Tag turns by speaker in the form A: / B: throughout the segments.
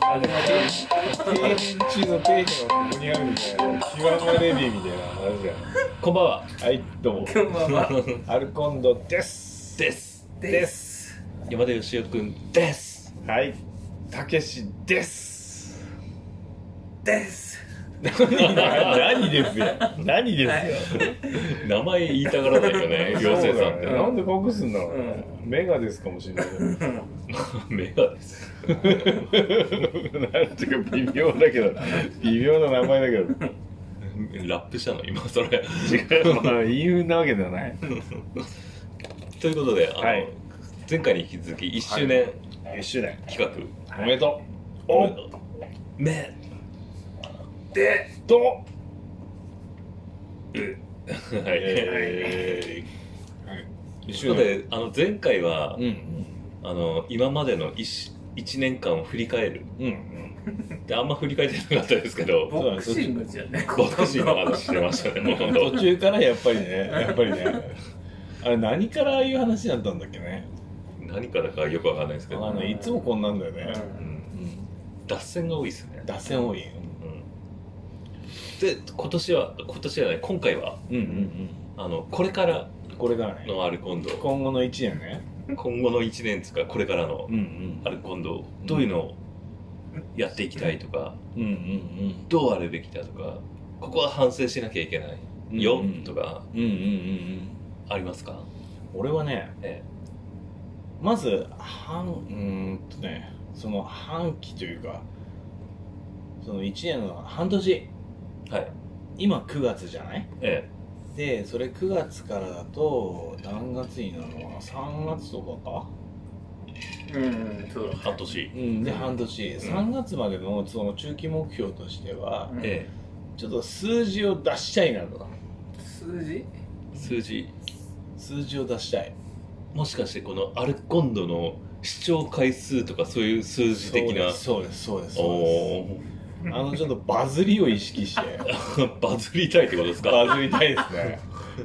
A: あでもチーズのペーキのここにあるみたいなキワマレビーみたいな話じゃん
B: こんばん は。
A: はいどうも
C: まあまあ
A: アルコンドです
B: です。
A: です
B: 山田義夫くんです。
A: はいたけしです
C: です
A: 何何ですよ何ですよ、
C: はい
B: 名前言いたがらないよ ね、妖精さんっ
A: そう
B: て
A: だね
B: ね。
A: なんで隠すんだろうね、メガですかもしれないけど
B: メガです。
A: なんていうか微妙だけど微妙な名前だけど
B: ラップしたの、今、それ。
A: 違う、まあ、言い運なわけではない
B: ということで、あの、
A: はい
B: 前回に引き続き1周年
A: 1周年
B: 企画、
A: おめでとう
B: お
A: お
B: めでとうね
C: で
A: っと
B: はい、
A: え
B: ということであの前回は、
A: うん
B: あの今までの 1, 一年間を振り返る
A: うんうん
B: であんま振り返ってなかったですけど
A: う
C: ボクシングじゃね
B: ボクシーの話してましたねもう 本
A: 途
B: 当
A: 中からやっぱりねやっぱりねあれ何からああいう話になったんだっけね
B: 何からかよくわかんないです
A: あ
B: けど、
A: のいつもこんなんだよね、
B: うん
A: うん、
B: 脱線が多いですね
A: 脱線多い
B: うんで今年は今年じゃない今回は
A: うんうん
B: あのこれから
A: うんこれだね
B: のアルコンド
A: 今後の1年ね
B: 今後の1年つうかこれからの
A: うん
B: あれ今度どういうのをやっていきたいとか、
A: うんうん
B: どうあるべきだとかここは反省しなきゃいけない
A: うん
B: よ、
A: うん
B: とか
A: うんうんうんうん
B: ありますか、
A: 俺はね
B: え
A: まず半うーんとねその半期というかその1年の半年
B: えはい
A: 今9月じゃない
B: え
A: でそれ9月からだと何月になるのかな3月とかか
C: うんそう
B: え半年
A: うんで半年、3月までのその中期目標としては、
C: うん
B: え
A: ちょっと数字を出したいなと
C: 数字
B: え数字
A: 数字を出したい
B: もしかしてこのアルコンドの視聴回数とかそういう数字的な
A: そうですそうですそうです
B: おお
A: あのちょっとバズりを意識して
B: ー バズりたいってことですか
A: バズりたいですね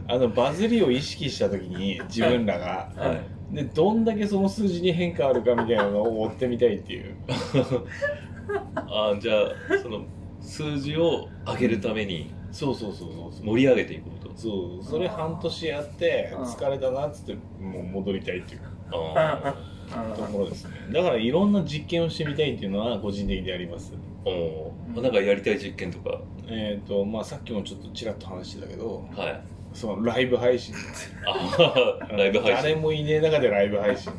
A: あのバズりを意識した時に自分らが
B: はい
A: でどんだけその数字に変化あるかみたいなのを追ってみたいっていう
B: あーじゃあその数字を上げるために
A: そうそうそうそうそう
B: 盛り上げていこうと
A: そうそれ半年やって
C: うん
A: 疲れたなっつってもう戻りたいっていう
B: あ
C: あ
A: ところですねだからいろんな実験をしてみたいっていうのは個人的であります
B: ーおーなんかやりたい実験とか
A: えっ、とまあさっきもちょっとちらっと話してたけど
B: はい
A: そのライブ配信
B: あーライブ配
A: 誰
B: 信
A: もいねえ中でライブ配信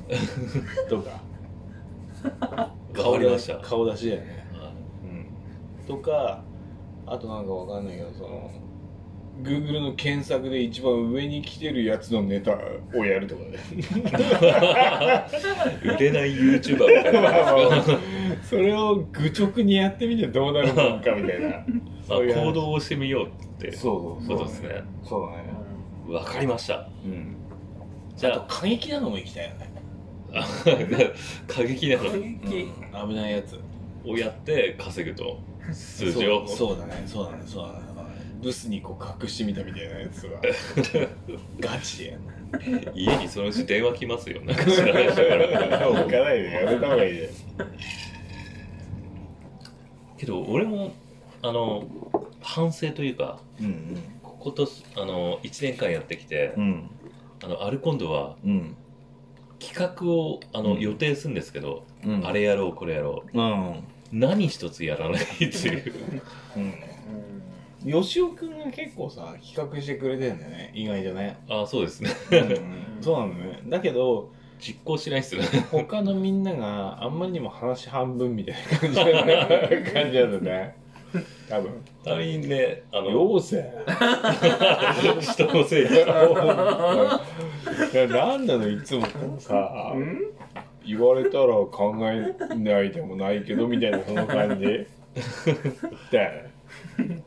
A: とか
B: 変わりました
A: 顔出しだよね、
B: はい
A: とかあとなんかわかんないけどその Google の検索で一番上に来てるやつのネタをやるとか ね
B: 売れない YouTuber み たいな
A: まあまあそれを愚直にやってみてどうなるのかみたい な
B: あ
A: そういう話
B: 行動をしてみようって
A: そうそう
B: ことですね
A: そうだね
B: わかりました
A: うん
B: じゃ
A: あと
B: あ
A: 過激なのも行きたいよね、
B: 過激な
C: 過
B: の
C: 激
A: 危ないやつ
B: をやって稼ぐと数字を
A: そうそうだねそうだねそうだねブスにこう隠してみたみたいなやつ がガチでや んな
B: 家にそのうち電話来ますよなんか知らない人から
A: 置かないでやめた方がいいで
B: けど俺もあの反省というか
A: うん
B: こことあの1年間やってきて、
A: ん
B: あのアルコンドは
A: うん
B: 企画をあの、
A: うん
B: 予定するんですけど、
A: うん
B: あれやろうこれやろう
A: うん
B: 何一つやらないっていう
A: うん
C: うん
A: 吉尾くんが結構さ企画してくれてんだよね意外じゃね、
B: ああそうですね
A: そうなのねだけど
B: 実行しな いっすね
A: 他のみんながあんまりにも話半分みたいな感じだね感じなんだ ね多分
B: 他人ねあの
A: ようせ
B: 人のせいに
A: いやなんなのいつもこうさ
C: うん
A: 言われたら考えないでもないけどみたいなその感 じだよね
B: だか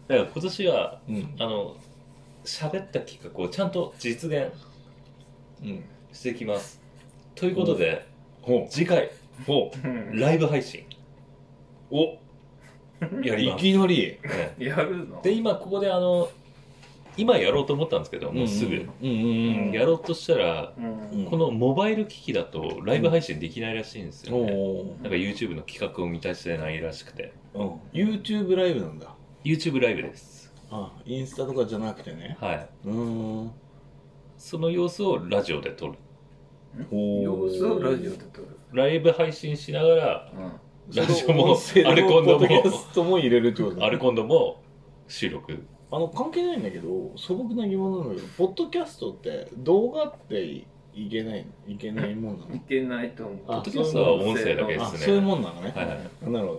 B: ら今年は
A: うん
B: あの喋った企画をちゃんと実現
A: うん
B: していきますということで、
A: ほ
B: 次回
A: うほ
C: うん
B: ライブ配信
A: うお
B: やり
A: い
B: ます、
A: きなり
B: ね
C: やるの
B: で今ここであの今やろうと思ったんですけどもうすぐ、
A: うんうん
B: やろうとしたら
C: う、
A: ん
C: ん
B: このモバイル機器だとライブ配信できないらしいんです
A: うん
B: よね、
A: お
B: なんか YouTube の企画を満たしてないらしくて
A: ーうん YouTube ライブなんだ
B: YouTube ライブです
A: あインスタとかじゃなくてね
B: はい
A: うんお
B: その様子をラジオで撮る
A: ー
C: 様子をラジオで撮る
B: ライブ配信しながらラジオも
A: その音声
B: アルコンドも
A: ポッドキャストも入れるってこと
B: アルコンドも収録
A: あの関係ないんだけど素朴な疑問なんだけどポッドキャストって動画っていいけないのいけないもんな
C: うんい
A: の
C: けないと思う
A: あ
B: ポッドキャストは音声だけですね
A: あそういうもんなのね、
B: はいはい
A: なるほ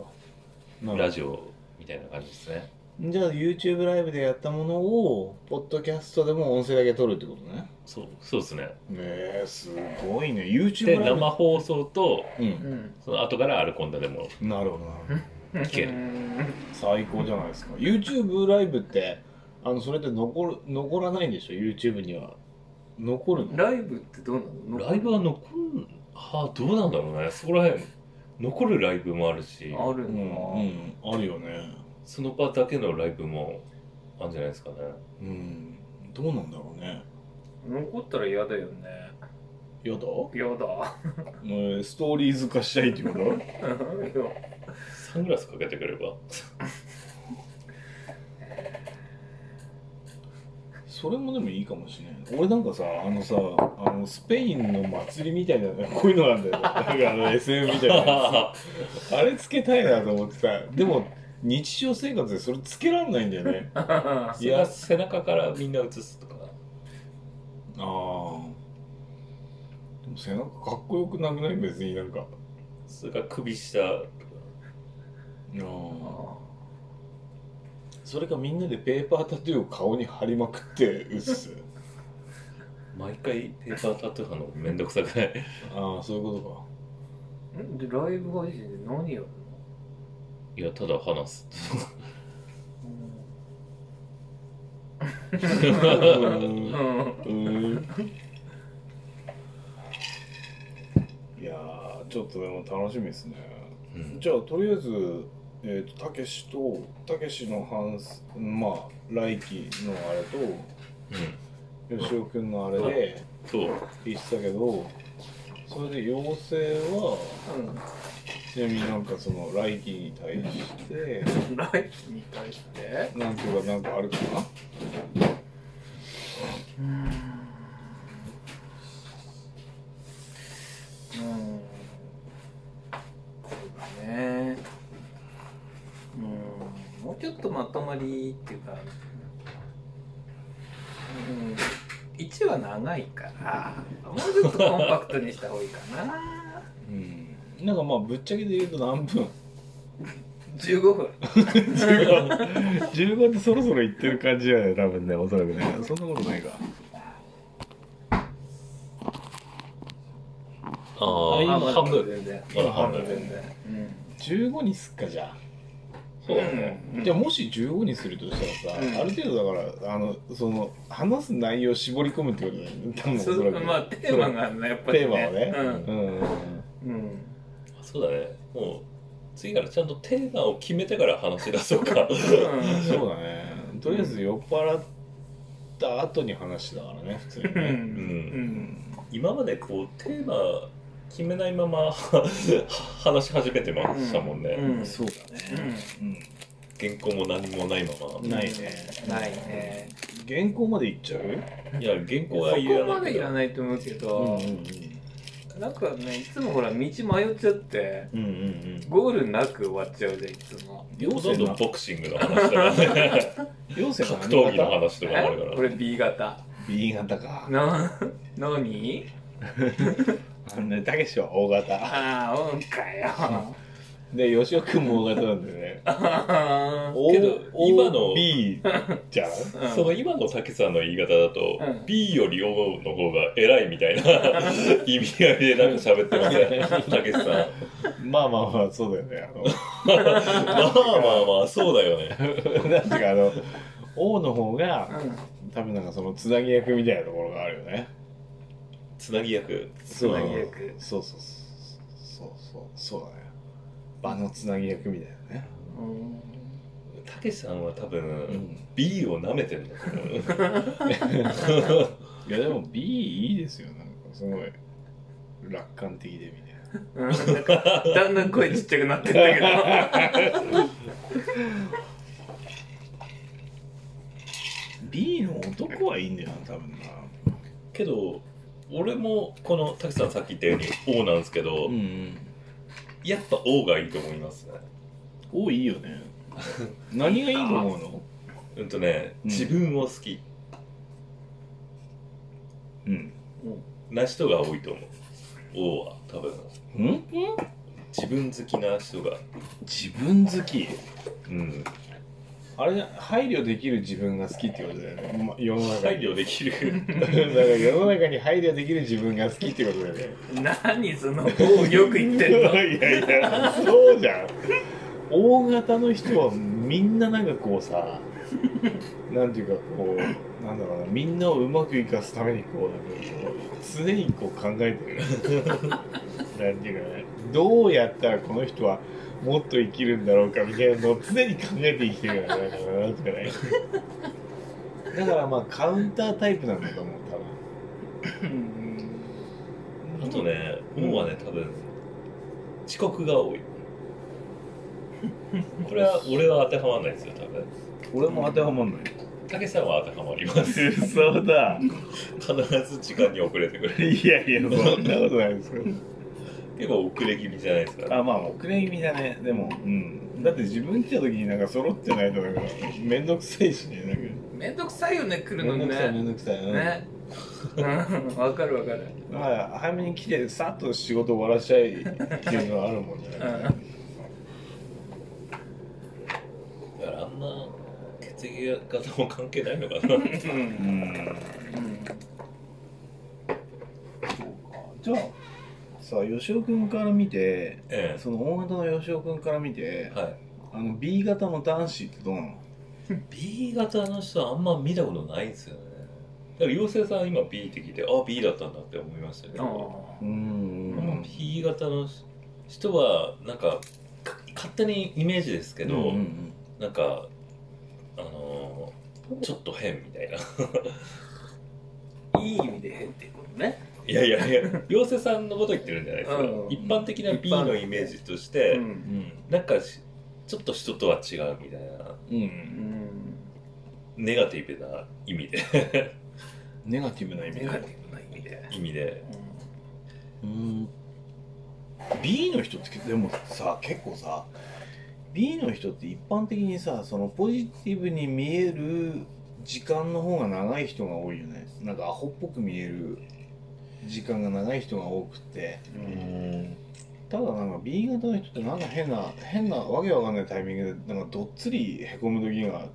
A: どな
B: ラ
A: る
B: ジオみたいな感じですね
A: ほどじゃあ YouTube ライブでやったものをポッドキャストでも音声だけ撮るってことねね
B: そうそうですね
A: えすごいね
B: で
A: YouTube ライブ
B: 生放送と
A: うん
B: その後からアルコンダでも
A: なるほどなるほど
C: うん
B: いける
C: うん
A: 最高じゃないですか YouTube ライブってあのそれって残る残らないんでしょ YouTube には残るの
C: ライブってどうなの
B: ライブは残るああどうなんだろうねそこら辺残るライブもあるし
C: ある
A: うん
C: のか
A: うん、あるよね
B: その場だけのライブもあるんじゃないですかね
A: うんどうなんだろうね
C: な残ったら嫌だよね
A: やだ、
C: 嫌だ
A: うんストーリーズ化したいってこと
B: サングラスかけてくれば
A: それもでもいいかもしれない俺なんかさあのさあのスペインの祭りみたいなこういうのなんだよなんかあの SM みたいなやつあれつけたいなと思ってさでも日常生活でそれつけらんないんだよ ね
B: いや 背中からみんな映すとか
A: ああでも背中かっこよくなくない別になんか
B: それから首下とか
A: あそれかみんなでペーパータトゥーを顔に貼りまくって写す
B: 毎回ペーパータトゥー貼るのめんどくさくない
A: ああそういうことか
C: んでライブ配信で何やるの
B: いやただ話す
A: うん
C: うん
A: いやーちょっとでも楽しみですね
B: うん
A: じゃあとりあえずえーとたけしとたけしの反すまあ来期のあれとよしおくんのあれで
B: そう
A: 言ってたけどそれで要請はちなみになんかその来期に対して
C: うんライブに対して
A: なんとかなんかあるかな
C: うんそうだねうんもうちょっとまとまりっていうかうん1は長いからもうちょっとコンパクトにした方がいいかな
A: うんなんかまあぶっちゃけで言うと何 分
C: 15分
A: 10月そろそろ行ってる感じやね多分ねおそらくねそんなことないか
B: ああ
A: 今
C: まだ
B: 半分
C: 全然
B: 今半
A: 分
C: 全然
A: 15にすっかじゃあ
B: そうだね
C: うん
A: じゃあもし15にするとしたらさ、
C: うん
A: ある程度だからあのその話す内容を絞り込むってことだよね多分お
C: そ
A: そら
C: う
A: く
C: まあテーマがねやっぱり
A: テーマはね
C: うん
A: うん
C: うん
B: そうだねもう次からちゃんとテーマを決めてから話し出そうか
A: そうだねとりあえず酔っ払った後に話だからね普通に
C: うんう
A: ね
C: ん
B: 今までこうテーマ決めないまま 話し始めてましたもんね、
C: うん
A: そうだね、う
B: 原稿も何もないま
A: ん、ないね
C: ないね
A: うん原稿までいっちゃう
B: まいや原
C: そ
B: 稿は言
C: こ
B: わ
C: ま
B: ない
C: で
B: け
C: い
B: ど
C: らないと思うけ
A: うん
C: どなんかねいつもほら道迷っちゃって
A: うんうんうん
C: ゴールなく終わっちゃうでいつも
B: ほとんどボクシングの話とか ね
A: 陽性
B: 格闘技の話とかもあるから
C: これ B 型
A: B 型か
C: な何
A: あのねたけしは O 型
C: ああうんかよ
A: で吉尾君も O 型なんだよね
C: あー
A: O
B: けど今の
A: B じゃん
C: うん
B: その今の武さんの言い方だと、
C: うん
B: B より O の方が偉いみたいな 意味合いでなんか喋ってま せん武さん
A: まあまあまあそうだよねあの
B: まあまあまあそうだよね
A: なんていうかあの O の方が
C: うん
A: 多分なんかそのつなぎ役みたいなところがあるよね
B: つなぎ役
A: つ
C: なぎ役
A: そうそうそうそうそうそうだね場のつなぎ役みたいなね
C: うん
B: たけしさんは多
A: う
B: 分
A: ん
B: B を舐めてるんだと思う
A: いやでも B いいですよなんかすごい楽観的でみたいな
C: うんなんかだんだん声ちっちゃくなってったけど
A: B の男はいいんだよな多分な
B: けど俺もこのたけしさんさっき言ったように O なんですけど、
A: ん
B: やっぱ O がいいと思いますね
A: 多いいよね何がいいと思うの
B: うんとね、
A: うん
B: 自分を好き
A: うん
B: な人が多いと思う O は多分
A: ん
B: 自分好きな人が
A: 自分好き
B: うん
A: あれじゃ配慮できる自分が好きってことだよね、ま、世の中に
B: 配慮できる
A: だから世の中に配慮できる自分が好きってことだよね
C: 何その棒よく言ってんの
A: いやいやそうじゃん大型の人はみんななんかこうさなんていうかこうなんだろうなみんなをうまく生かすためにこうなんかこう常にこう考えてるなんていうかねどうやったらこの人はもっと生きるんだろうかみたいなのを常に考えて生きてるよねなんかなんていうかねだからまあカウンタータイプなんだと思う
C: うん
A: 多分
B: あとね、
A: うん
B: O はね多分遅刻が多いこれは俺は当てはまらないですよ多分
A: 俺も当てはまん ない
B: たけしさんは当てはまります
A: 嘘だ
B: 必ず時間に遅れてくれる
A: いやいや、そんなことないですよ。
B: 結構遅れ気味じゃないですか、
A: あ、まあ、遅れ気味だね。でも、うん。だって自分来た時になんか揃ってないと、なんか、めんどくさいしね。なんか
C: めんどくさいよね来るの
A: めんどくさい、め
C: ね
A: んどくさい。うん
C: ねうんわかるわかる
A: だから、早めに来て、さっと仕事終わらしちゃいっていうのはあるもんね。
C: うん
B: だからあんな血液型も関係ないの かな
C: う
A: う
C: ん
A: ん。じゃあ、さあ、吉尾君から見て、
B: え
A: その大型の吉尾君から見て
B: え、はい
A: あの、B 型の男子ってどうなの
B: B 型の人はあんま見たことないんですよねだから妖精さん今 B って聞いてあ B だったんだって思いましたけ
C: あ
B: ど、
A: う
B: あんま
A: ん
B: B 型の人はなんかか勝手にイメージですけ
A: け
B: ど、
A: うんうん
B: なんかあのーちょっと変みたいな
C: あいい意味で変ってことね
B: いやいやいや妖精さんのこと言ってるんじゃないですか、
C: うん
B: 一般的な B のイメージとして、
C: うん
B: なんかしちょっと人とは違うみたいな
A: うんう
C: うんん
B: ネガティブな意味で
A: ネガティブな意味
C: ネガティブな意味で
B: 意味で
A: うーん B の人ってでもさ結構さ B の人って一般的にさそのポジティブに見える時間の方が長い人が多いよねなんかアホっぽく見える時間が長い人が多くて
C: う
B: うんん
A: ただなんか B 型の人ってなんか変な変なわけわかんないタイミングでなんかどっつりへこむ時があっ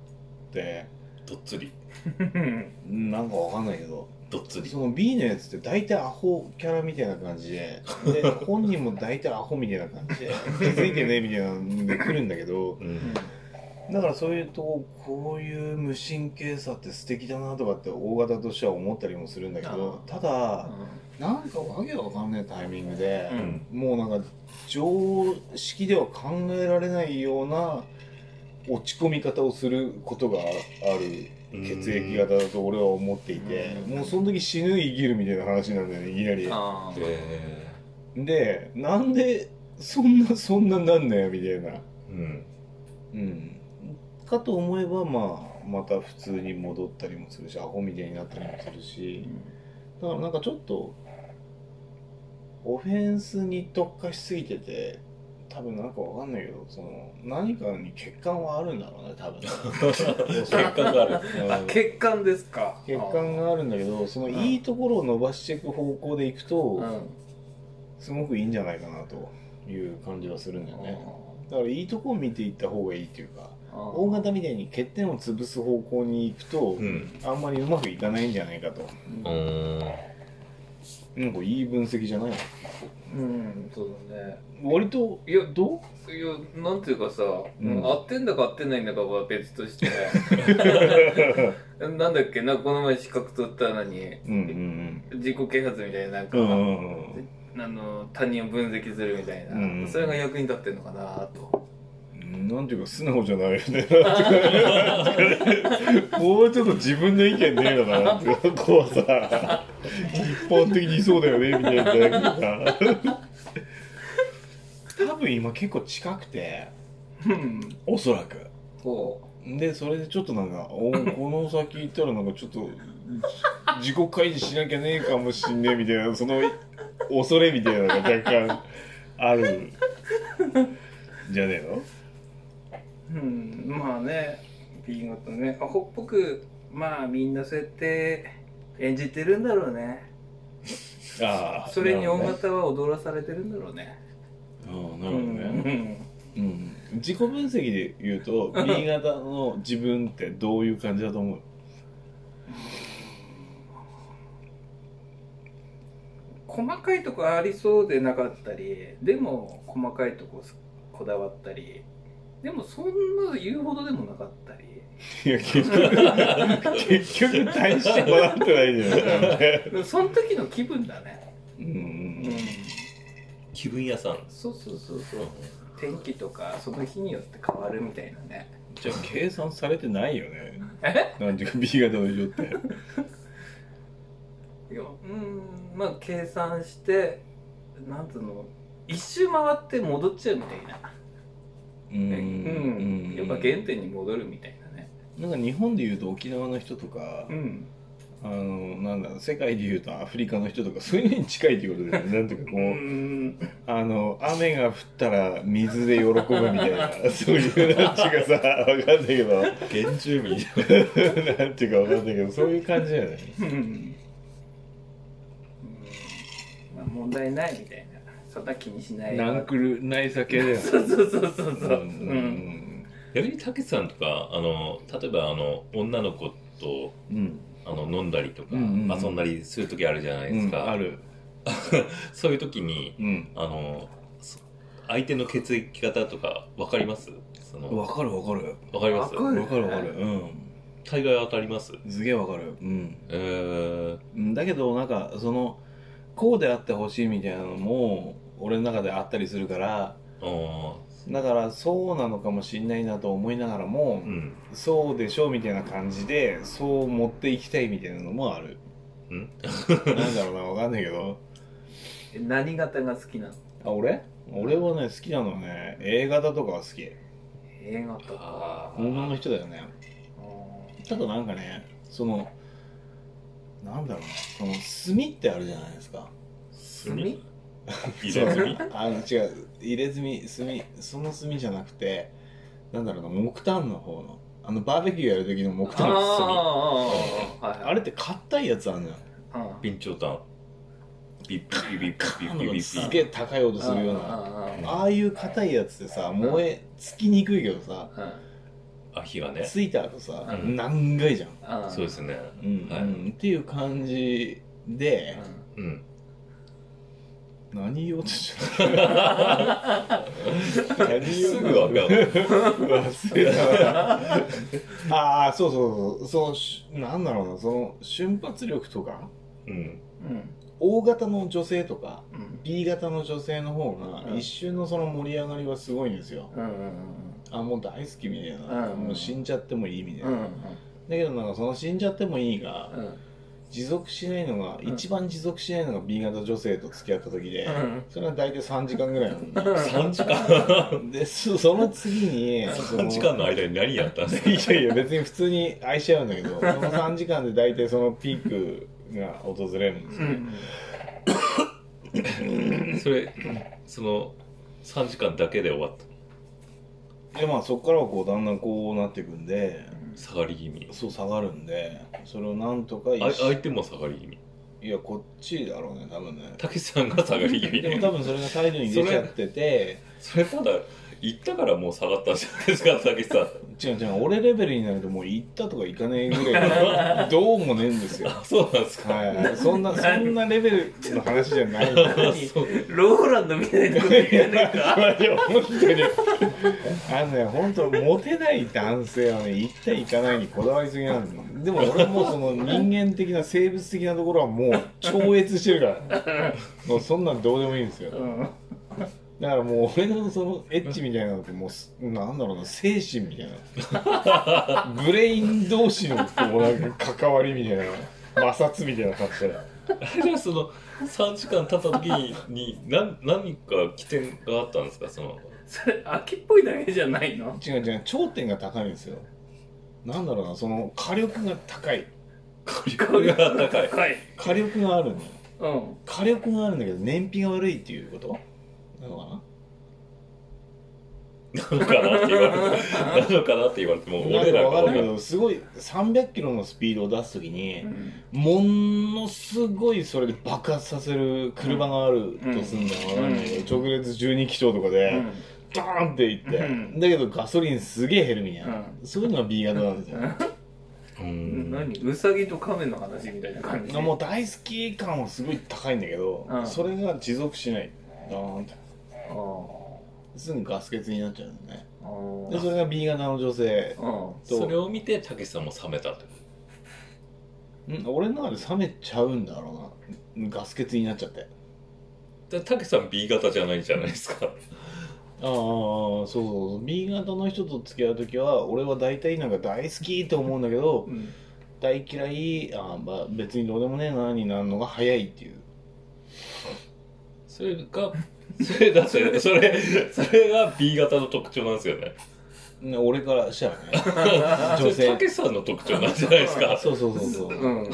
A: て
B: どっつり
C: うん
A: なんかわかんないけど
B: どっつり
A: その B のやつって大体アホキャラみたいな感じでで本人も大体アホみたいな感じで気づいてねみたいなんで来るんだけど
B: うん
A: だからそういうとこういう無神経さって素敵だなとかって大型としては思ったりもするんだけどただなんかわけわかんないタイミングで
C: う、
B: ん
A: もうなんか常識では考えられないような落ち込み方をすることがある血液型だと俺は思っていて、
C: うん
A: もうその時死ぬ生きるみたいな話なんだよねいきなり
C: あー
B: え
A: でなんでそんなそんななんのよみたいな
B: ーうん
A: うんかと思えばまあまた普通に戻ったりもするしアホみたいになったりもするしだからなんかちょっとオフェンスに特化しすぎてて多分なんかわかんないけどその何かに欠陥はあるんだろうね 多分
B: 結果がある
A: うん
C: あ血管ですか
A: 欠陥があるんだけどそのいいところを伸ばしていく方向でいくと、
C: うん
A: すごくいいんじゃないかなという感じはするんだよねだからいいとこを見ていった方がいいっていうか大型みたいに欠点を潰す方向に行くと、
B: うん
A: あんまりうまくいかないんじゃないかと
B: うーん
A: なんかいい分析じゃないの
C: うんそうだね
A: 割と
C: いや どういやなんていうかさ、
A: ん
C: 合ってんだか合ってないんだかは別と してなんだっけなこの前資格取った何
A: うんうん
C: 自己啓発みたいななんか、
A: うんうんうん
C: あの他人を分析するみたいな、
A: うん
C: それが役に立ってんのかなと
A: うなんていうか素直じゃないよねもうちょっと自分の意見ねえのかなっていうこうさ一般的にそうだよねみたいな多分今結構近くて
C: うん
A: おそらく
C: こ
A: でそれでちょっとなんかおこの先行ったらなんかちょっと自己開示しなきゃねえかもしんねえみたいなその恐れみたいなのが若干あるんじゃねえの
C: ううんまあね B 型ねアホっぽくまあみんなそうやって演じてるんだろうね
A: ああ
C: それに大
A: なる
C: 型は踊らされてるんだろうね
A: ほどねああなる
C: う
A: ほどね、
C: ん
A: うん自己分析で言う と B 型の自分ってどういう感じだと思う
C: 細かいとこありそうでなかったりでも細かいとここだわったりでもそんな言うほどでもなかったり
A: いや結局結局大してこだわってないじゃん
C: その時の気分だね
A: う
C: うんん
B: 気分屋さん
C: そうそうそうそう天気とかその日によって変わるみたいなね
A: じゃあ計算されてないよ ね
C: え
A: なんていうか B 型の人って
C: いやうんまあ計算してなんつうの一周回って戻っちゃうみたいな
A: うん
C: うんやっぱ原点に戻るみたいなね
A: なんか日本で言うと沖縄の人とか、
C: うん
A: あのなんだ世界で言うとアフリカの人とかそういうのに近いってことだよねなんていうかこ
C: う
A: う、
C: ん
A: あの雨が降ったら水で喜ぶみたい なそういうなんていうかさわかんないけど
B: 原住民
A: なんていうかわかんないけどそういう感じだよね
C: うんうんまあ問題ないみたいなそんな気にしない
A: ナンクルない酒だよね
C: そうそうそうそう
A: う
C: そう、うん
A: ん
B: 逆にたけしさんとかあの例えばあの女の子と
A: うん
B: あの飲んだりとか、
A: うんうんうん
B: 遊んだりする時あるじゃないで
A: う
B: す
A: ん
B: か、
A: ある
B: そういう時に
A: うん
B: あのそ相手の血液型とか分かりますその
A: わかるわかる
B: 分かります
C: わかる
A: わかるわかるう
B: 大概当たります
A: んすげえわかるうん
B: えー、
A: うんだけどなんかそのこうであってほしいみたいなのも俺の中であったりするから
B: あ
A: だからそうなのかもしんないなと思いながらも、
B: ーうん
A: そうでしょうみたいな感じでそう持っていきたいみたいなのもある
B: ん
A: なんだろうなわかんないけど
C: え何型が好きなの
A: あ俺俺はね好きなのはね A 型とかは好き
C: A 型か
B: あ
A: 女の人だよね
C: う
A: ただなんかねそのなんだろうなその墨ってあるじゃないですか
C: 墨
B: 入れ墨
A: そうあの違う入れ墨墨その墨じゃなくてなんだろうな木炭の方のあのバーベキューやる時の
C: ん
A: 木
C: あー
A: 炭の炭
C: あーあーあーはいはい
A: あれって硬いやつあるのよ
C: うん
B: 備長炭ビッビッビッビッビッビッビッビ
A: すげえ高い音するような
C: あーあーあー
A: ああいう硬いやつってさ燃えつきにくいけどさ
B: あ火がね
A: ついた後さ
B: うん
A: 何回じゃん、
C: うんうん
B: そうですね
A: うん
B: はい
A: うんっていう感じで
B: うん
A: 何言おうとし
B: すぐ分かる
A: 忘れたな ああそうそうそうそのしなんだろうなその瞬発力とか
B: うん
C: うん、
A: O 型の女性とか
C: うん
A: B 型の女性の方が
C: うん
A: 一瞬のその盛り上がりはすごいんですよ、
C: うんうん
A: あもう大好きみたいな、
C: うん
A: もう死んじゃってもいいみたいな、
C: うんうん
A: だけどなんかその死んじゃってもいいが、
C: うん
A: 持続しないのが、
C: うん
A: 一番持続しないのが B 型女性と付き合った時で、
C: うん
A: それは大体3時間ぐらいなの
C: うん
B: 3時間
A: ねでそその次にそ
B: 3時間の間に何やったんですか
A: いやいや別に普通に愛し合うんだけどその3時間で大体そのピークが訪れるんです
C: う
A: よね、
C: ん
B: それその3時間だけで終わった
A: でまあそこからはこうだんだんこうなっていくんで
B: 下がり気味
A: そう下がるんでそれをなんとか一
B: あ
A: 緒
B: 相手も下がり気味
A: いやこっちだろうね多分ね
B: たけしさんが下がり気味
A: でも多分それが態度に出ちゃってて
B: それただ行ったからもう下がったんじゃないですかたけしさん
A: 違う違う俺レベルになるともう行ったとか行かねえぐらいどうもねえんですよ
B: あそうなんですか
A: はいそん なそんなレベルの話じゃないんだよ
C: 何ローランドみたいなこと言わねえか
A: いや本当にあのね本当モテない男性はね行った行かないにこだわりすぎなんですよでも俺もその人間的な生物的なところはもう超越してるからもうそんなんどうでもいいんですよだか
C: うん
A: だからもう俺のそのエッチみたいなのってもうすなんだろうな精神みたいなブレイン同士のこうなんか関わりみたいな摩擦みたいな感じだよ
B: あれじゃあ その3時間経った時にに何何か起点があったんですかその
C: それ秋っぽいだけじゃないの
A: 違う違う頂点が高いんですよなんだろうなその火力が高い
B: 火力が高い
C: はい
A: 火力があるのよ
C: うん
A: 火力があるんだけど燃費が悪いっていうことなのかな
B: なのかなって言われてなのかなって言われてもう
A: なん
B: 俺
A: から
B: が
A: わかん
B: 分
A: な
B: か
A: いけ
B: る
A: どすごい300キロのスピードを出す時に、
C: うん
A: ものすごいそれで爆発させる車があるとすんだわかんないけど、直列12気象とか
C: う
A: で、
C: ん
A: ドーンっていって、
C: うん
A: だけどガソリンすげえ減るみたいな、
C: う
A: そういうのが B 型なんですよ、
B: う
C: うん
B: ん
C: 何ウサギとカメの話みたいな感じ
A: もう大好き感はすごい高いんだけど、
C: うん
A: それが持続しないドーンって
C: あ
A: すぐガス欠になっちゃうんだよね
C: あうん
A: でそれが B 型の女性
B: それを見てたけしさんも冷めたってこと
A: ん俺の中で冷めちゃうんだろうなガス欠になっちゃって
B: でたけしさん B 型じゃないじゃないです
A: あ
B: か
A: あそうそうそう B 型の人と付き合う時は俺は大体なんか大好きって思うんだけど
C: うん
A: 大嫌いあー、まあ、別にどうでもねえなになるのが早いっていう
B: それがそれだってそれそれが B 型の特徴なんですよね
A: ね俺からしたらね
B: そ
A: 女
B: れた
A: 性
B: けしさんの特徴なんじゃないです か
A: そうそうそうそううん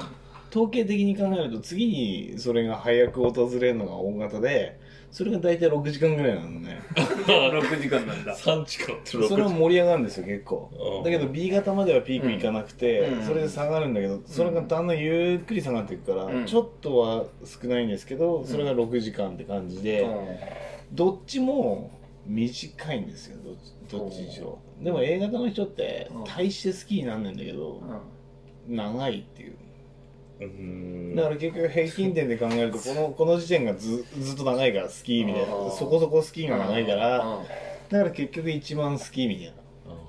A: 統計的に考えると次にそれが早く訪れるのが大型でそれが大体6時間ぐらいなのね
C: 6時間なんだ
B: 3時間って
A: それは
B: 6
A: 盛り上がるんですよ結構
B: 時
A: だけど B 型まではピークいかなくて、
C: うん
A: それで下がるんだけどそれがだんだんゆっくり下がっていくから、
C: うん
A: ちょっとは少ないんですけどそれが6時間って感じで、どっちも短いんですよどっちどっちにしろでも A 型の人って
C: うん
A: 大して好きになんないんだけど長いっていう
B: うーん
A: だから結局平均点で考えるとこ のこの時点がずずっと長いから好きみたいな
C: あー
A: そこそこ好きが長いから
C: うん
A: だから結局一番好きみたい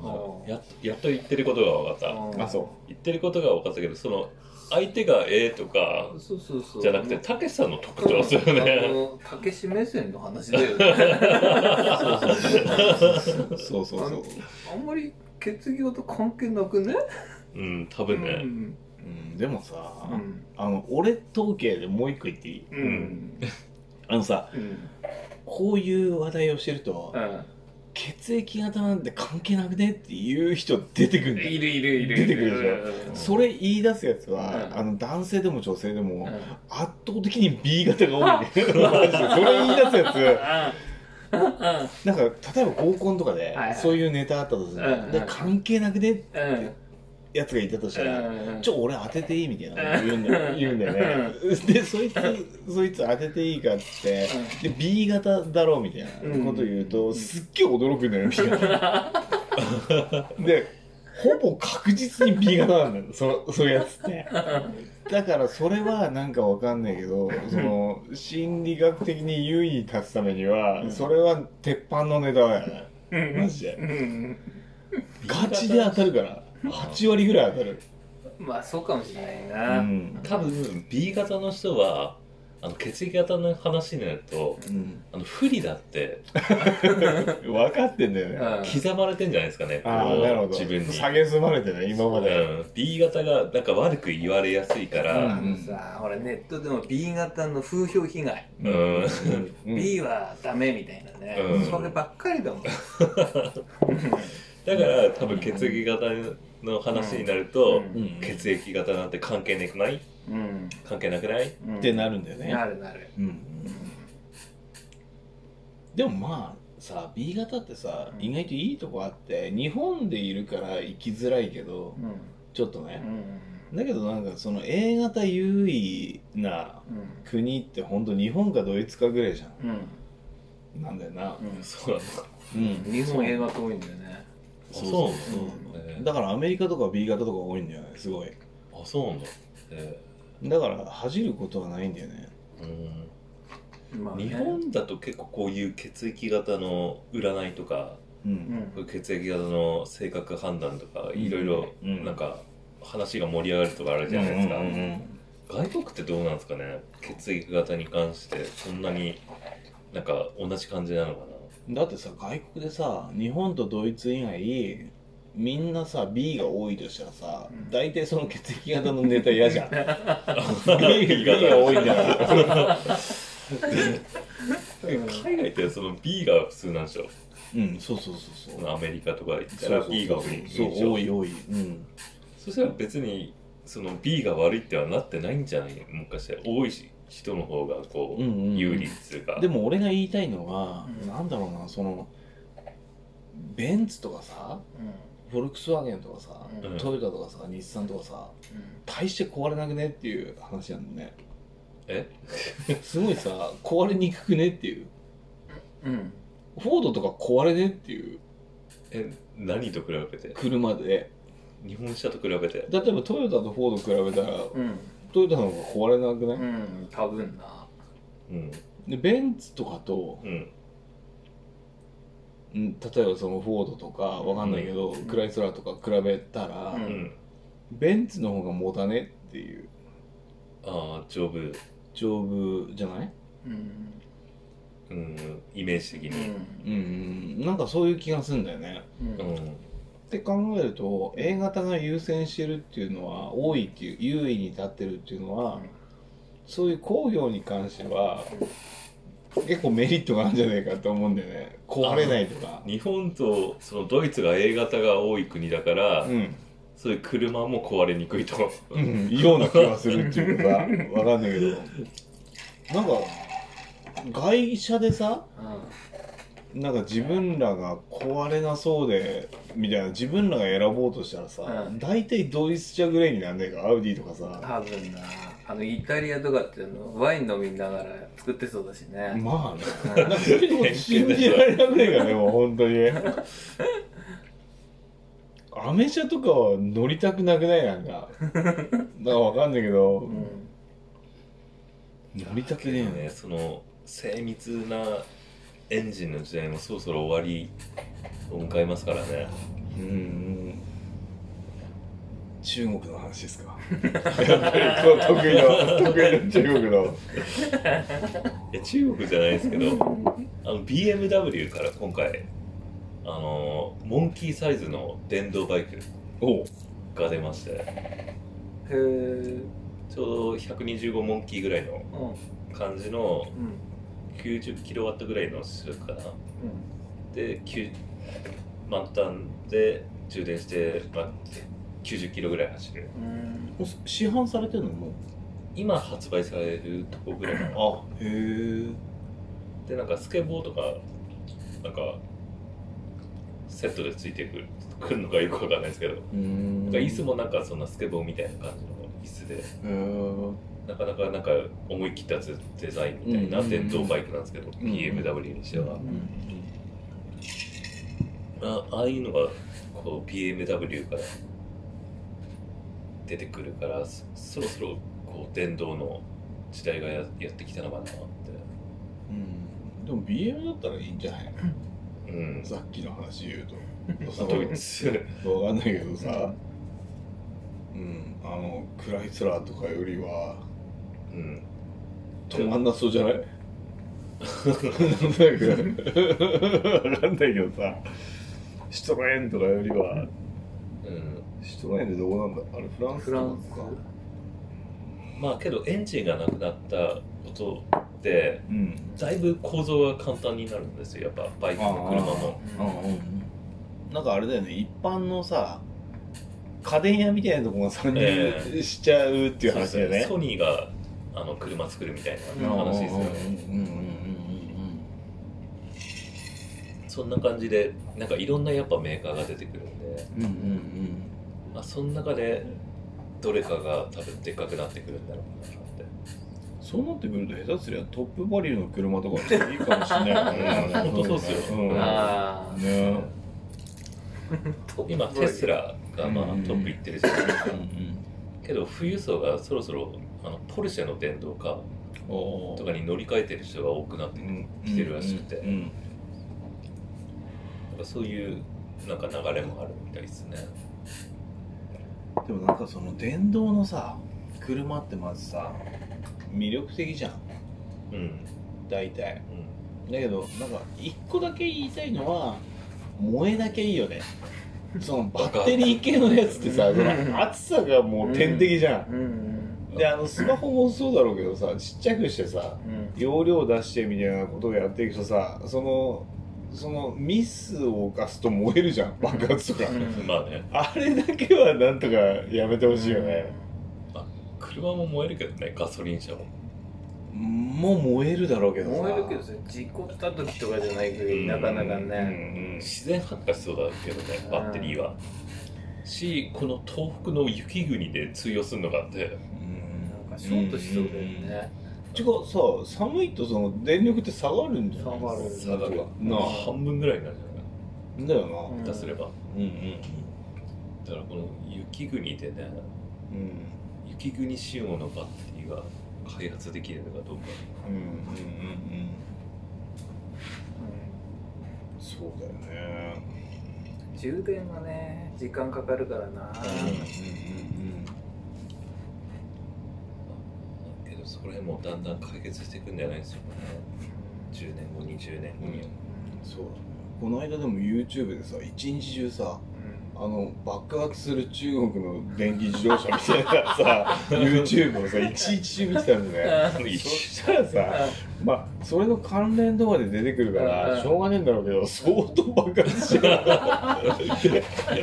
B: あやっやっと言ってることが分かった
A: なあそう
B: 言ってることが分かったけどその相手がええとか
C: そうそうそう
B: じゃなくてたけしさんの特徴ですよね
C: うんあのたけし目線の話だよね
A: そうそうそう、
C: あんまり血液型関係なくね
B: うん多分
C: う
B: ね
C: ん
A: うん、でもさ、
C: うん
A: あの俺統計でもう一個言っていい
C: うん
A: あのさ
C: うん
A: こういう話題をしてると、血液型なんて関係なくねっていう人出てくるんだよ
C: いるいるいる
A: 出てくる
C: で
A: それ言い出すやつは、
C: うん
A: あの男性でも女性でも、
C: うん
A: 圧倒的に B 型が多いねマ ジでそれ言い出すやつなんか例えば合コンとかで、
C: はいはい
A: そういうネタあったとする、
C: うん
A: で関係なくねって
C: うんうん
A: やつがいたとしたら、
C: うん
A: ちょ俺当てていいみたいなの言うんだよ
C: うん
A: 言うんだよね、でそいつそいつ当てていいかっつって、で B 型だろうみたいなこと言うと、
C: うん
A: すっげえ驚くんだ よみたいなでほぼ確実に B 型なんだよそそういうやつってだからそれはなんかわかんないけどその心理学的に優位に立つためには、
C: うん
A: それは鉄板のネタだよね
C: うん
A: マジで
C: うん
A: ガチで当たるから8割ぐらい当たる、
C: まあそうかもしれないうな、
A: ん
B: 多分 B 型の人はあの血液型の話になると
A: うん、
B: あの不利だって
A: 分かってんだよね、
C: うん
B: 刻まれてんじゃないですかね
A: ああ
B: こう
A: なるほど
B: 自分に、
A: 下げ済まれてね今まで、
B: うん、B 型がなんか悪く言われやすいか
A: うん
B: ら、
C: あのさほらネットでも B 型の風評被害、
B: うん
A: うん
C: B はダメみたいなね、
B: うん
C: そればっかりだもん
B: だから多分血液型の話になると、
C: うん
A: うん
B: 血液型なんて関係なくない
C: うん、
B: 関係なくない
C: うん、
A: ってなるんだよね
C: なるなる
A: うんでもまあさ B 型ってさ
C: うん
A: 意外といいとこあって日本でいるから生きづらいけど
C: うん
A: ちょっと
C: う
A: ね
C: ん
A: だけどなんかその A 型優位な
C: うん
A: 国ってほんと日本かドイツかぐらいじゃ
C: う
A: ん
C: ん
A: なんだよな
C: う
B: そうなんだ
A: うん
C: ん、日本映画遠いんだよね
B: そうそ
A: う
B: う
A: ん
B: えー
A: だからアメリカとか B 型とか多いんだよねすごい
B: あそうなんだ、え
A: だから恥じることはないんだよね
B: ーうん
C: まあね
B: 日本だと結構こういう血液型の占いとか
A: う
C: うんん
B: 血液型の性格判断とか
A: ん
B: いろいろ
A: うん
B: なんか話が盛り上がるとかあるじゃないですか、
A: うんうんうん
B: 外国ってどうなんですかね血液型に関してそんなになんか同じ感じなのかな
A: だってさ外国でさ日本とドイツ以外みんなさ B が多いとしたらさ
C: うん
A: 大体その血液型のネタ嫌じ ゃん B,
B: B 型
A: が多いんだから
B: 海外ってその B が普通なんでしょ
A: うんそうそうそうそう
B: アメリカとか行った
A: そ
B: ら
A: うそう
B: B が多いんでし
A: そ
B: ょ
A: う多い多いうん
B: そしたら別にその B が悪いってはなってないんじゃない昔は多いし人の方がこう、
A: うんうんうん
B: 有利っていうか
A: でも俺が言いたいのは、
C: うん
A: なんだろうなそのベンツとかさフォルクスワーゲンとかさ、
B: うん
A: トヨタとかさ日産とかさ大して壊れなくねっていう話なんだね
B: え
A: すごいさ壊れにくくねっていう
C: うん
A: フォードとか壊れねっていう
B: え何と比べて
A: 車で
B: 日本車と比べて
A: 例えばトヨタとフォード比べたら
C: うん
A: トヨタの方が壊れなく
C: う
A: ない、
C: ん多分な
B: うん
A: でベンツとかと、
B: うん
A: うん例えばそのフォードとかわかんないけど、
C: ん
A: クライスラーとか比べたら、
C: うん
B: うん
A: ベンツの方が持たねっていう
B: ああ丈夫
A: 丈夫じゃない
C: うん
B: うんイメージ的に
A: うんうんなんかそういう気がするんだよね
C: うんう
B: う
C: ん
B: ん
A: って考えると A 型が優先してるっていうのは多いっていう優位に立ってるっていうのは、そういう工業に関しては結構メリットがあるんじゃないかと思うんだよね壊れないとか
B: 日本とそのドイツが A 型が多い国だから、
A: うん、
B: そういう車も壊れにくいと
A: うん、ような気がするっていうのがわかんないけどなんか外車でさなんか自分らが壊れなそうでみたいな自分らが選ぼうとしたらさ、
C: うん
A: 大体ドイツ車ぐらいになんねえかアウディとかさ
C: 多分なあのイタリアとかってあのワイン飲みながら作ってそうだしね
A: まあね
C: う
A: な
C: ん
A: んかそれも信じられなくねえからねもう本当にアメ車とかは乗りたくなくないなんかなんかわかんないけど、
C: うん
A: 乗りたくねえよね
B: ねその精密なエンジンの時代もそろそろ終わりを迎えますからね
A: うんうん中国の話ですかやっぱりこう得意の得意の中国の
B: いや中国じゃないですけどあの BMW から今回あのモンキーサイズの電動バイク
A: おう
B: が出まして
C: へえうん
B: ちょうど125モンキーぐらいの感じの
C: うん
B: 90キロワットぐらいの出力かなで9満タンで充電して、まあ、90キロぐらい走る
C: うん
A: 市販されてるのもう
B: 今発売されるとこぐらいかな
A: あへえ
B: でなんかスケボーとかなんかセットでついてくるくるのがよくわかんないですけど
A: うん
B: なんか椅子もなんかそんなスケボーみたいな感じの椅子で
A: へー
B: なかなかなんか思い切ったデザインみたいな
A: うん
B: 電動バイクなんですけど、
A: ん
B: BMW にしては、
A: うん
B: あああいうのがこう BMW から出てくるからそそろそろこう電動の時代がややってきたのかなって
A: うんでも BM だったらいいんじゃない
B: うん
A: さっきの話言う とそ
B: ドイツ
A: うわかんないけどさうんあのクライスラーとかよりは
B: うん
A: 止まんなそうじゃないなんだけどわかんないけどさシトロエンとかよりは
B: うん
A: シトロエンってどこなんだあれフランス
C: フ
A: と
C: ラ
A: か
C: ンス
A: か
B: まあけどエンジンがなくなったことで
A: うん
B: だいぶ構造が簡単になるんですよやっぱバイクも車も
A: うんうんなんかあれだよね一般のさ家電屋みたいなとこが参入しちゃうっていう話だよね、
B: ソニーがあの車作るみたいな話ですよね、
A: うんうんうんうん
B: そんな感じでなんかいろんなやっぱメーカーが出てくるんで、
A: うんうんうん
B: まあ、その中でどれかが多分でっかくなってくるんだろうなって
A: そうなってくると下手すりゃトップバリューの車とかっていいかもしれないよね
B: 本当そうっすよ
A: ん
C: あー
A: ね
B: 今テスラがまあ
A: うん
B: トップいってるじゃないですか
A: うんうん
B: けど富裕層がそろそろあのポルシェの電動化
A: おー
B: とかに乗り換えてる人が多くなってくる来てるらしくて
A: うんうん
B: なんかそういうなんか流れもあるみたいですね
A: うんでもなんかその電動のさ車ってまずさ魅力的じゃん
B: うん
A: 大体
B: うん
A: だけどなんか一個だけ言いたいのは燃えだけいいよねそのバッテリー系のやつってさ
C: うん
A: その暑さがもう天敵じゃん、
C: うんうん
A: であのスマホもそうだろうけどさちっちゃくしてさ
C: うん
A: 容量出してみたいなことをやっていくとさそのそのミスを犯すと燃えるじゃん爆発とか、
C: うん
B: まあね、
A: あれだけはなんとかやめてほしいよね、
B: 車も燃えるけどね、ガソリン車も。
A: もう燃えるだろうけどさ
C: 燃えるけどさ事故った時とかじゃない限りなかなか
A: うん
C: ね、
B: 自然発火しそうだけどね、バッテリーは。し、この東北の雪国で通用するのがあって、
A: うん
C: なんかショートしそうだよ
A: んんん
C: ね、
A: てかさ寒いとその電力って下がるんじゃない
C: 下がる
B: 差が
A: なあ
B: 半分ぐらいになるんじゃないか
A: だよな
B: な、下手すれば。
A: うんうん
B: だからこの雪国でね、
A: うん
B: 雪国仕様のバッテリーが開発できるのかどうか。
A: うんうんうんそうだよね
C: うん充電がね時間かかるからな、
B: だけど、それもだんだん解決していくんじゃないですかね。10年後、20年後には。
A: そうだねこの間でも YouTube でさ一日中さあの爆発する中国の電気自動車みたいなさ YouTube をさ一日中見てたんだよね
B: うん
A: そしたらさまあそれの関連とかで出てくるか
C: うんう
A: ら
C: ん
A: しょうがねえんだろうけど相当爆発してる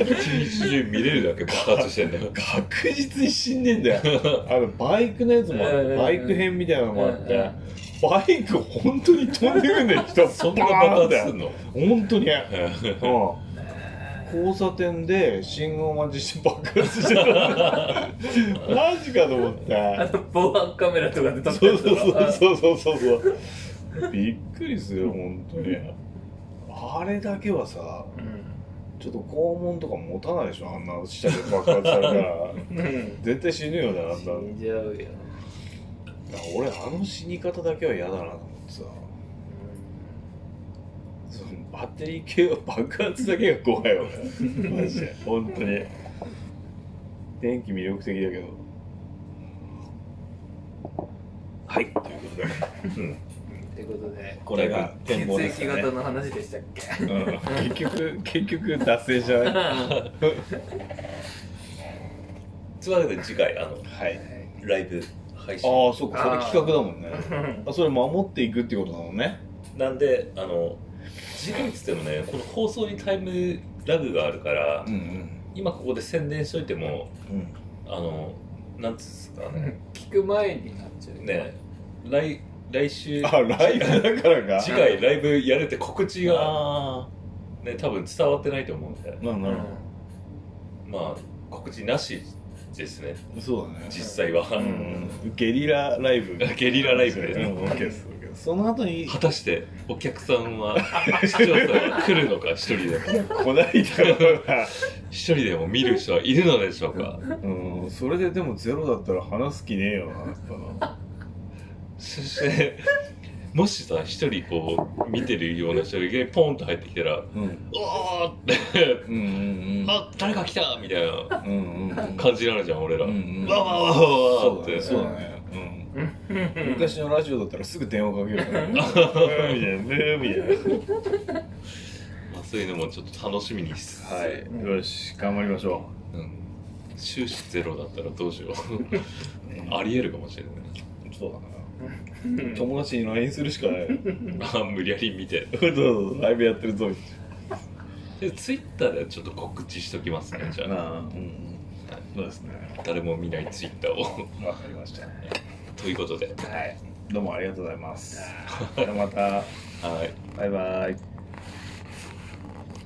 B: 一日中見れるだけ爆発してんだよ。
A: 確実に死んでんだよあのバイクのやつもあっ
C: うんうんう
A: て
C: ん
A: バイク編みたいなのもあっ
C: うんう
A: てバイク本当に飛んでくんだよ人
B: そんな爆発
A: だ
B: す
A: よ
B: んの
A: 本当にうん交差点で信号待ちして爆発してたマジかと思って
C: あと防犯カメラとかで撮って
A: そう
C: る
A: そうそうそうそうそうそうびっくりするよ本当にあれだけはさちょっと肛門とか持たないでしょあんな下で爆発されたら
C: うん
A: 絶対 死ぬよねあん
C: 死
A: なん
C: じゃうよ、
A: 俺あの死に方だけは嫌だなと思ってさそのバッテリー系は爆発だけが怖いわ俺マジで本当に電気魅力的だけどはいということで
C: ってことで
A: これが展望です
C: 血液
A: かね
C: 型の話でしたっけ
A: うん結局結局脱線じゃない
B: つまりで次回、あの、
A: はい
B: ライブ配信。
A: ああそうかそれ企画だもんねあそれ守っていくってことなのね
B: なんで、あの、次回っつってもね、この放送にタイムラグがあるから、
A: ん
B: 今ここで宣伝しといても、
A: うんうん
B: あの、なんつうんですかね、
C: 聞く前になっちゃう
B: ね、来、来週、
A: あライブだからか
B: 次回ライブやるって告知が、
A: あ
B: ね、多分伝わってないと思うんで
A: あ、なるほ
C: う
A: ど
C: ん
A: なる
B: まあ、告知なしですね、
A: ほどそうだね
B: 実際は。
A: うんゲリラライブ
B: ゲリラライブですね
A: うん OK です OK ですその後に
B: 果たしてお客さんは 視聴者は来るのか一人でも
A: 来ないだろうな
B: 一人でも見る人はいるのでしょうか
A: うんそれででもゼロだったら話す気ねえよなやっぱ
B: そしてもしさ一人こう見てるような人がいきなりポンと入ってきたら
A: な
B: 「おー!」って
A: うんうんうん
B: 「あ誰か来た!」みたいな
A: うんうんうん
B: 感じになるじゃん俺ら「わ
A: うんうん
B: わわわわ
A: そ
B: っ
A: うだ
B: て
A: ねそうだねうん昔のラジオだったらすぐ電話かけるからねうんみたいなうんみたいな
B: まあそういうのもちょっと楽しみにしつつ、
A: はいよし頑張りましょ
B: うん、終始ゼロだったらどう しようありえるかもしれないう
A: そうだな
C: うん
A: 友達に LINE するしかない
B: まあ無理やり見て
A: そうそうライブやってるぞみ
B: でツイッターでちょっと告知しときますねじゃ
A: た
B: あ
A: いなうんそうですね
B: 誰も見ないツイッターを
A: わかりました
B: ということで
A: はいどうもありがとうございますじゃあまた
B: はい
A: バイバイ